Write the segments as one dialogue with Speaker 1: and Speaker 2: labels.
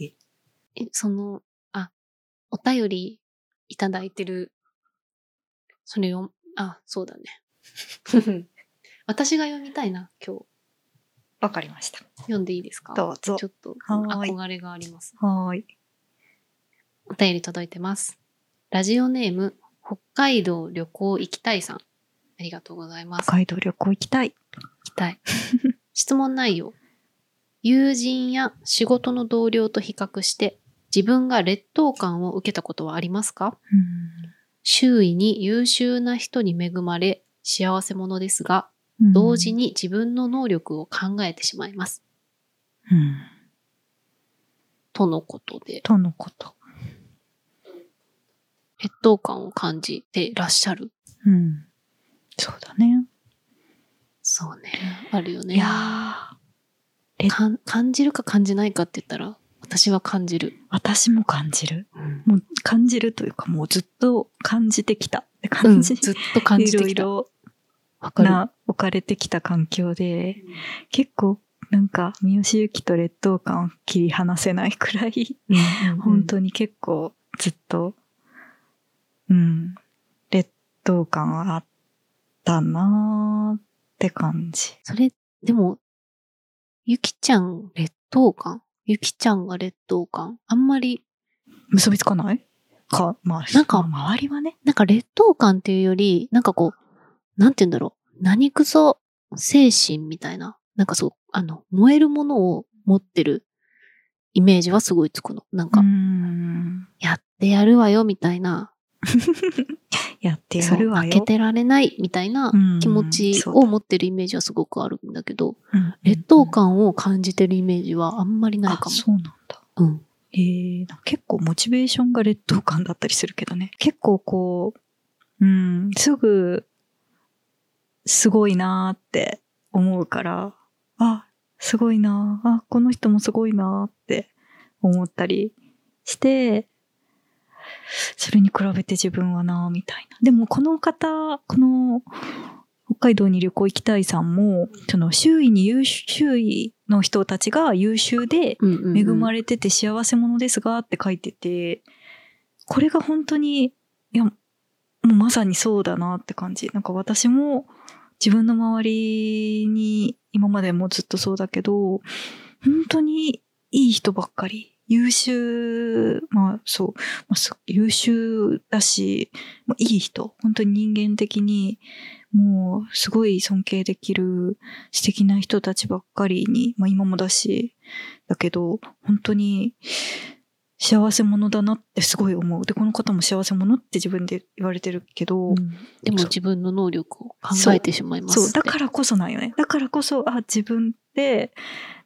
Speaker 1: え
Speaker 2: え、その、あ、お便りいただいてる、それを、あ、そうだね。 私が読みたいな、今日。
Speaker 1: わかりました。
Speaker 2: 読んでいいですか
Speaker 1: どうぞ
Speaker 2: ちょっと、
Speaker 1: はーい
Speaker 2: 憧れがあります。
Speaker 1: はーい。
Speaker 2: お便り届いてます。ラジオネーム、北海道旅行行きたいさん。ありがとうございます。
Speaker 1: 北海道旅行行きたい。
Speaker 2: 行きたい。質問内容。友人や仕事の同僚と比較して、自分が劣等感を受けたことはありますか周囲に優秀な人に恵まれ、幸せ者ですが、
Speaker 1: うん
Speaker 2: 同時。に自分の能力を考えてしまいます。
Speaker 1: うん。
Speaker 2: とのことで、
Speaker 1: とのこと。
Speaker 2: 劣等感を感じてらっしゃる。
Speaker 1: うん。そうだね。
Speaker 2: そうね。あるよね。
Speaker 1: いや
Speaker 2: かん感じるか感じないかって言ったら、私は感じる。
Speaker 1: ー、私も感じる。
Speaker 2: うん。
Speaker 1: もう感じるというか、もうずっと感じてきたって
Speaker 2: うん
Speaker 1: 感じ。
Speaker 2: ずっと感じてき
Speaker 1: い
Speaker 2: た。
Speaker 1: ろ
Speaker 2: わ
Speaker 1: いろ
Speaker 2: かる。
Speaker 1: な置かれてきた環境で、結構なんか三好由紀と劣等感を切り離せないくらい、本当に結構ずっと、うん、劣等感はあったなーって感じ。
Speaker 2: それ、でも、ゆきちゃん劣等感ゆきちゃんが劣等感あんまり、
Speaker 1: 結びつかないか、まあ、
Speaker 2: なんか
Speaker 1: 周りはね。
Speaker 2: なんか劣等感っていうより、なんかこう、なんて言うんだろう。何くそ精神みたいな。なんかそう、あの、燃えるものを持ってるイメージはすごいつくの。なんか、
Speaker 1: ん。
Speaker 2: やってやるわよみたいな。
Speaker 1: やってやるわ
Speaker 2: そう
Speaker 1: よ。
Speaker 2: 負けてられないみたいな
Speaker 1: うん
Speaker 2: 気持ち
Speaker 1: そう
Speaker 2: を
Speaker 1: だ
Speaker 2: 持ってるイメージはすごくあるんだけど、
Speaker 1: うんうん
Speaker 2: 劣等感を感じてるイメージはあんまりないか
Speaker 1: あ、そうなんだ。
Speaker 2: も。うん。
Speaker 1: えー、なんか結構モチベーションが劣等感だったりするけどね。結構こう、うん、すぐ、すごいなーって思うから、あ、すごいなー、あ、この人もすごいなーって思ったりして、それに比べて自分はなーみたいな。でもこの方、この北海道に旅行行きたいさんも、その周囲に優秀、周囲の人たちが優秀で、
Speaker 2: うんうんうん
Speaker 1: 恵まれてて幸せ者ですがって書いてて、これが本当に、いや、もうまさにそうだなって感じ。なんか私も自分の周りに今までもずっとそうだけど、本当にいい人ばっかり。優秀、まあそう、まあす優秀だし、まあいい人。本当に人間的に、もうすごい尊敬できる素敵な人たちばっかりに、まあ今もだし、だけど、本当に幸せ者だなってすごい思う。で、この方も幸せ者って自分で言われてるけど、
Speaker 2: でも
Speaker 1: そう
Speaker 2: 自分の能力を考えてしまいます
Speaker 1: そ
Speaker 2: っ
Speaker 1: う、
Speaker 2: て。
Speaker 1: だからこそなんよね。だからこそ、あ、自分って、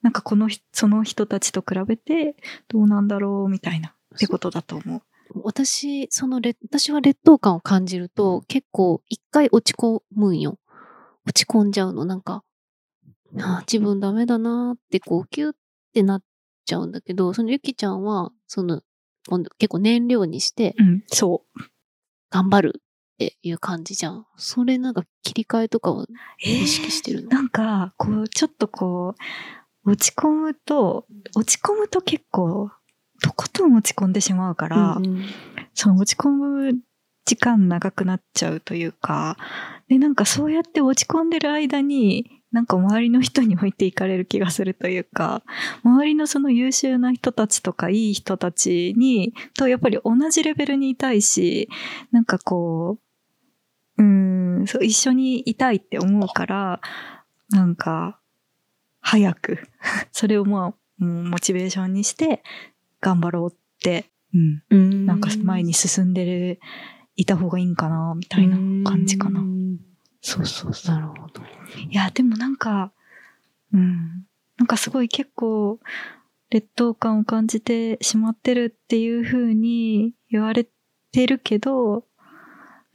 Speaker 1: なんかこの人、その人たちと比べて、どうなんだろう、みたいな、ってことだと思う。
Speaker 2: 私、その劣、私は劣等感を感じると、結構一回落ち込むんよ。落ち込んじゃうの。なんか、あ自分ダメだなーって、こう、キュってなっちゃうんだけど、そのゆきちゃんは、その、今度結構燃料にして、
Speaker 1: うん、そう。
Speaker 2: 頑張るっていう感じじゃん。それなんか切り替えとかは意識してるの、
Speaker 1: なんか、こう、ちょっとこう、落ち込むと、落ち込むと結構、とことん落ち込んでしまうから、
Speaker 2: うんうん
Speaker 1: その落ち込む時間長くなっちゃうというか、で、なんかそうやって落ち込んでる間に、なんか周りの人に置いていかれる気がするというか、周りのその優秀な人たちとかいい人たちに、とやっぱり同じレベルにいたいし、なんかこう、うーん、そう、一緒にいたいって思うから、なんか、早く、それをまあ、もうモチベーションにして、頑張ろうって、うん、なんか前に進んでる、いた方がいいんかな、みたいな感じかな。そうそうそう。
Speaker 2: なるほど。
Speaker 1: いや、でもなんか、うん。なんかすごい結構、劣等感を感じてしまってるっていう風に言われてるけど、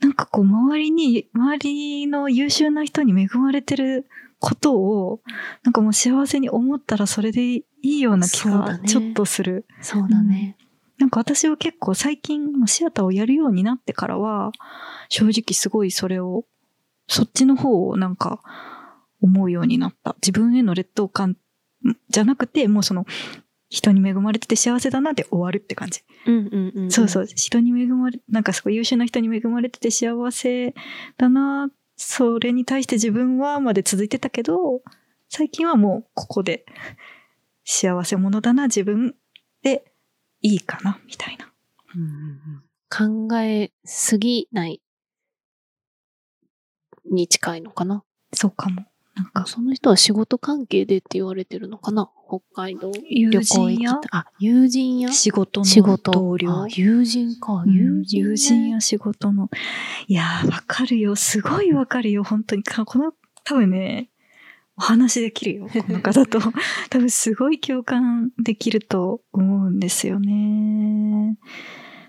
Speaker 1: なんかこう周りに、周りの優秀な人に恵まれてることを、なんかもう幸せに思ったらそれでいいような気
Speaker 2: そう
Speaker 1: が
Speaker 2: だね
Speaker 1: ちょっとする。
Speaker 2: そうだね。
Speaker 1: なんか私は結構最近まあシアターをやるようになってからは、正直すごいそれを、そっちの方をなんか思うようになった。自分への劣等感んじゃなくて、もうその人に恵まれてて幸せだなって終わるって感じ。
Speaker 2: うんうんうん。。
Speaker 1: そうそうう、人に恵まれ、なんかすごい優秀な人に恵まれてて幸せだな、それに対して自分はまで続いてたけど、最近はもうここで幸せ者だな、自分でいいかな、みたいな。
Speaker 2: うんうんうん、考えすぎないに近いのかな。
Speaker 1: そうかも。なんか、
Speaker 2: その人は仕事関係でって言われてるのかな。北海道
Speaker 1: 友
Speaker 2: 旅行行
Speaker 1: 人
Speaker 2: き
Speaker 1: や
Speaker 2: た。あ、友人や
Speaker 1: 仕事
Speaker 2: 仕
Speaker 1: の
Speaker 2: 事。
Speaker 1: 同僚
Speaker 2: あ。友人か。
Speaker 1: うん
Speaker 2: 友人、ね
Speaker 1: 友人や仕事の。いやー、わかるよ。すごいわかるよ。本当に。かこの、多分ね、お話できるよ。この方と。多分すごい共感できると思うんですよね。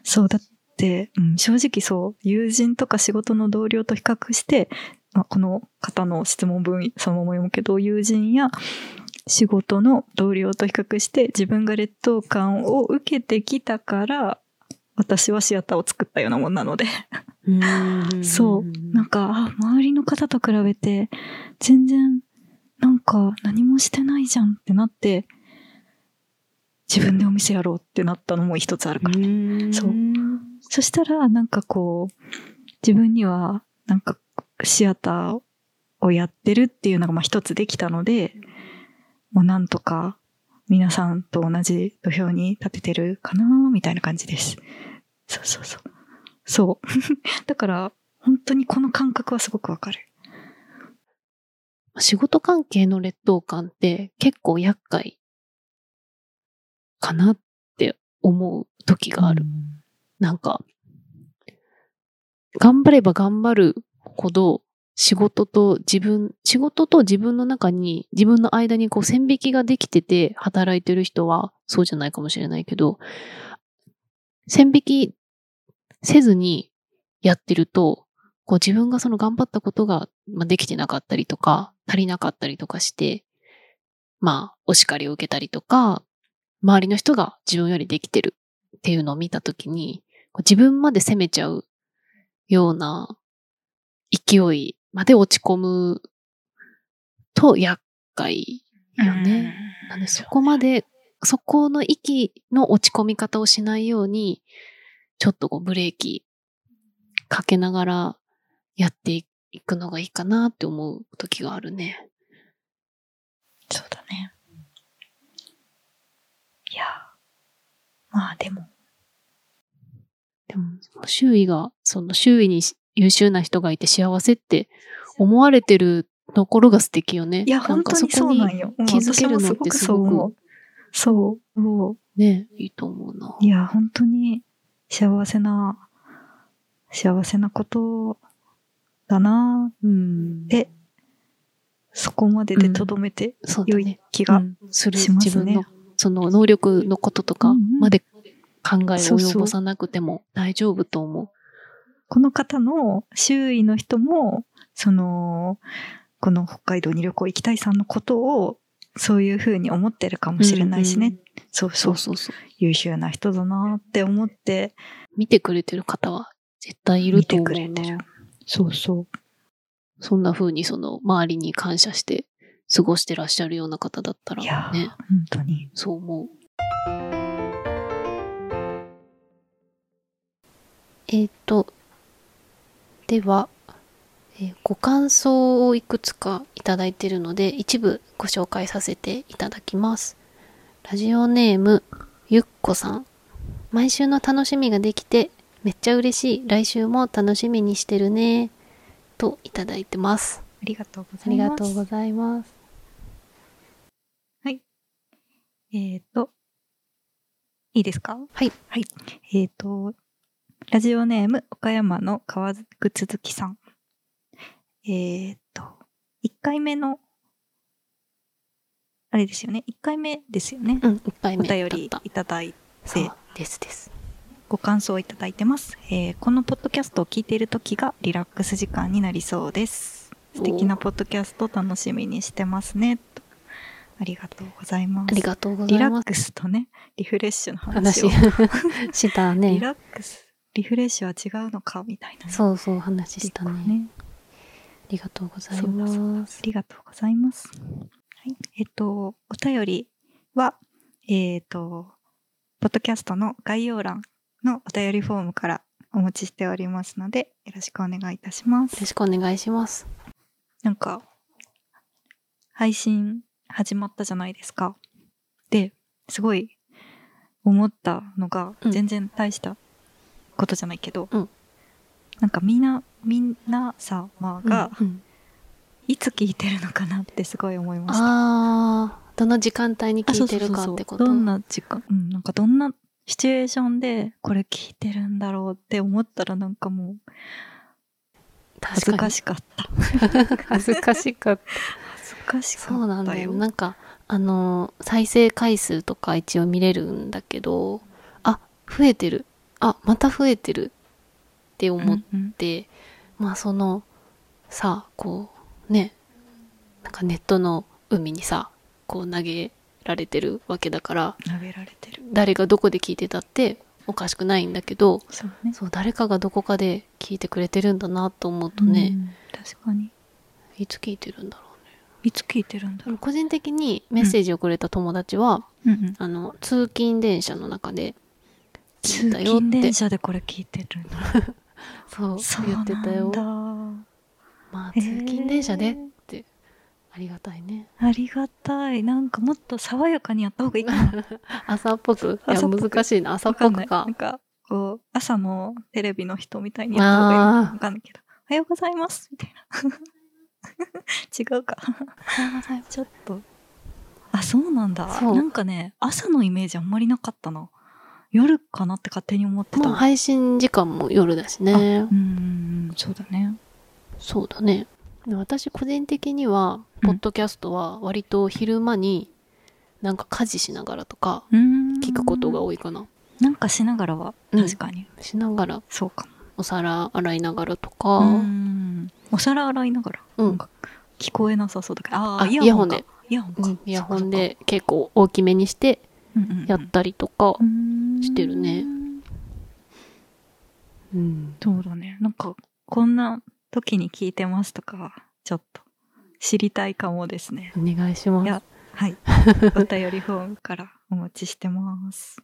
Speaker 1: そう、だって、うん、正直そう、友人とか仕事の同僚と比較して、まあ、この方の質問文、そのまま読むけど、友人や仕事の同僚と比較して、自分が劣等感を受けてきたから、私はシアターを作ったようなもんなので。
Speaker 2: うんうんうん。
Speaker 1: そうなんか、あ周りの方と比べて、全然、なんか何もしてないじゃんってなって、自分でお店やろうってなったのも一つあるからね。
Speaker 2: ん
Speaker 1: そうそしたら、なんかこう、自分には、なんか、シアターをやってるっていうのが、まあ一つできたので、もうなんとか、皆さんと同じ土俵に立ててるかな、みたいな感じです。そうそうそう。そう。 だから、本当にこの感覚はすごくわかる。
Speaker 2: 仕事関係の劣等感って結構厄介かなって思う時がある。なんか、頑張れば頑張るほど、仕事と自分、仕事と自分の中に、自分の間にこう線引きができてて働いてる人はそうじゃないかもしれないけど、線引きせずにやってると、こう自分がその頑張ったことがまあできてなかったりとか、足りなかったりとかして、まあ、お叱りを受けたりとか、周りの人が自分よりできてるっていうのを見たときに、こう自分まで責めちゃうような勢いまで落ち込むと厄介よね。なんでそこまで、そこの息の落ち込み方をしないように、ちょっとこうブレーキかけながらやっていくのがいいかなって思う時があるね。
Speaker 1: そうだね。いや、まあでも、
Speaker 2: でも、周囲が、その周囲に優秀な人がいて幸せって思われてるところが素敵よね。
Speaker 1: いや、
Speaker 2: な
Speaker 1: 本
Speaker 2: んか
Speaker 1: 当にそうなん
Speaker 2: そこ
Speaker 1: よ。
Speaker 2: 気づけるの
Speaker 1: うん私もす
Speaker 2: っ
Speaker 1: ご
Speaker 2: て
Speaker 1: く
Speaker 2: す
Speaker 1: そう
Speaker 2: ご
Speaker 1: 思う
Speaker 2: く。
Speaker 1: そう。そう
Speaker 2: ね、いいと思うな。
Speaker 1: いや、本当に幸せな、幸せなことだな
Speaker 2: うん
Speaker 1: でそこまででとどめて
Speaker 2: そうだ
Speaker 1: 良
Speaker 2: ね
Speaker 1: い。気が。
Speaker 2: うんする
Speaker 1: しますね
Speaker 2: 自分のその能力のことと
Speaker 1: う
Speaker 2: か
Speaker 1: んうん
Speaker 2: まで考えを
Speaker 1: そうそう
Speaker 2: 及ぼさなくても大丈夫と思
Speaker 1: この方の周囲の人も、その、この北海道に旅行行きたいさんのことを、そういうふうに思ってるか
Speaker 2: う。
Speaker 1: もしれないしね。
Speaker 2: うんうん。
Speaker 1: そうそ
Speaker 2: そううそうそう。
Speaker 1: 優秀な人だなって思って、
Speaker 2: 見てくれてる方は絶対いる
Speaker 1: 見
Speaker 2: と
Speaker 1: て
Speaker 2: 思う
Speaker 1: く
Speaker 2: な。
Speaker 1: れてる。そうそう。
Speaker 2: そんな風にその周りに感謝して過ごしてらっしゃるような方だった
Speaker 1: いや
Speaker 2: ら
Speaker 1: ー
Speaker 2: ね、
Speaker 1: 本当に。
Speaker 2: そう思う。えっ、と、では、えーご感想をいくつかいただいているので、一部ご紹介させていただきます。ラジオネーム、ゆっこさん。毎週の楽しみができて、めっちゃ嬉しい。来週も楽しみにしてるね。といただいてます。
Speaker 1: ありがとうございます。
Speaker 2: ありがとうございます。
Speaker 1: えっ、と、いいですか
Speaker 2: はい。
Speaker 1: はい。えっ、と、ラジオネーム、岡山の川口月さん。えっ、と、1回目の、あれですよね。1回目ですよね。
Speaker 2: うん、いっぱい
Speaker 1: お
Speaker 2: 目
Speaker 1: 便
Speaker 2: だっ
Speaker 1: り
Speaker 2: た。
Speaker 1: いただい
Speaker 2: そ
Speaker 1: て
Speaker 2: うですです。
Speaker 1: ご感想をいただいてます、えーこのポッドキャストを聞いている時がリラックス時間になりそうです素敵なポッドキャスト楽しみにしてますねとありがとうございます
Speaker 2: ありがとうござ
Speaker 1: リ
Speaker 2: い
Speaker 1: ラ
Speaker 2: ま
Speaker 1: ッ
Speaker 2: す。
Speaker 1: クスとねリフレッシュの話
Speaker 2: 話
Speaker 1: を
Speaker 2: した
Speaker 1: リ
Speaker 2: ね。
Speaker 1: ラックスリフレッシュは違うのかみたいなね
Speaker 2: そうそう、話したね。
Speaker 1: ね
Speaker 2: ありがとうござい
Speaker 1: そうだそうだ
Speaker 2: ま
Speaker 1: あ
Speaker 2: す。
Speaker 1: りがとうございます。はい、えっと、お便りは、ええっ、と、ポッドキャストの概要欄のお便りフォームからお持ちしておりますので、よろしくお願いいたしま
Speaker 2: ろ
Speaker 1: す。
Speaker 2: しくお願いします。
Speaker 1: なんか、配信始まったじゃないですか。で、すごい思ったのが、
Speaker 2: うん
Speaker 1: 全然大したことじゃないけど、
Speaker 2: うん
Speaker 1: なんかみんな、みんな様が、
Speaker 2: うんうん
Speaker 1: いつ聞いてるのかなってすごい思いました。
Speaker 2: ああ、どの時間帯に
Speaker 1: あ
Speaker 2: 聞いてるか
Speaker 1: そうそうそうそう
Speaker 2: ってこと
Speaker 1: どんな時間、うん、なんかどんなシチュエーションでこれ聞いてるんだろうって思ったらなんかもう恥ず
Speaker 2: 確か
Speaker 1: か
Speaker 2: に。
Speaker 1: しかった。
Speaker 2: 恥ずかしかった。
Speaker 1: 恥ずかしかったよ。
Speaker 2: そうなんだよ。なんか、あのー、再生回数とか一応見れるんだけど、あ、増えてる。あ、また増えてる。って思っ
Speaker 1: うんうん
Speaker 2: て、まあその、さ、こう、ね、なんかネットの海にさ、こう投げられてるわけだから、
Speaker 1: 投げられてる。
Speaker 2: 誰がどこで聞いてたっておかしくないんだけど、
Speaker 1: そうね。
Speaker 2: そう、誰かがどこかで聞いてくれてるんだなと思うとね、
Speaker 1: うん確かに。
Speaker 2: いつ聞いてるんだろうね。
Speaker 1: いつ聞いてるんだ
Speaker 2: あ
Speaker 1: ろ
Speaker 2: の個人的にメッセージをくれた友達は、
Speaker 1: う。うんうん、
Speaker 2: あの、通勤電車の中で、聞
Speaker 1: 通
Speaker 2: いたよって
Speaker 1: 勤電車でこれ聞いてるんだ。
Speaker 2: そう、
Speaker 1: そう
Speaker 2: 言
Speaker 1: な
Speaker 2: っ
Speaker 1: んだ
Speaker 2: てたよ。まあ、
Speaker 1: へ
Speaker 2: 通
Speaker 1: ー
Speaker 2: 勤電車でって、ありがたいね。
Speaker 1: ありがたい。なんかもっと爽やかにやった方がい いかな。
Speaker 2: 朝っぽくいや、
Speaker 1: 朝っぽく
Speaker 2: 難しいな。朝っ
Speaker 1: わか
Speaker 2: ぽ
Speaker 1: んない。
Speaker 2: く
Speaker 1: な
Speaker 2: か
Speaker 1: ん。か、こう、朝のテレビの人みたいにやった方がいいの
Speaker 2: あ
Speaker 1: か
Speaker 2: ー
Speaker 1: わかんないけど、おはようございますみたいな。 違うか。ちょっと。あ、そうなんだ。
Speaker 2: そう
Speaker 1: なんかね、朝のイメージあんまりなかったな。夜かなって勝手に思ってた。
Speaker 2: まあ、配信時間も夜だしね
Speaker 1: う。ん、そうだね。
Speaker 2: そうだね。で私、個人的には、
Speaker 1: うん
Speaker 2: ポッドキャストは割と昼間に、なんか家事しながらとか、
Speaker 1: うん。
Speaker 2: 聞くことが多いかな。
Speaker 1: なんかしながらは、
Speaker 2: うん
Speaker 1: 確かに、
Speaker 2: しながら、
Speaker 1: そうかも。
Speaker 2: お皿洗いながらとか、
Speaker 1: うんお皿洗いながら、
Speaker 2: うん
Speaker 1: なんか聞こえなさそうだけど、あ
Speaker 2: あ
Speaker 1: あ、
Speaker 2: イ
Speaker 1: イ
Speaker 2: ヤ
Speaker 1: ヤ
Speaker 2: ホ
Speaker 1: ホ
Speaker 2: ン
Speaker 1: ン
Speaker 2: で
Speaker 1: か。イヤホン
Speaker 2: う
Speaker 1: か
Speaker 2: ん。イヤホンで結構大きめにして
Speaker 1: そっかそっか、
Speaker 2: やったりとか、
Speaker 1: り
Speaker 2: してるね。うん
Speaker 1: そうだね。なんか、こんな時に聞いてますとかは、ちょっと知りたいかもですね。
Speaker 2: お願いしま
Speaker 1: い
Speaker 2: す。
Speaker 1: やはい。お便りフォームからお待ちしてます。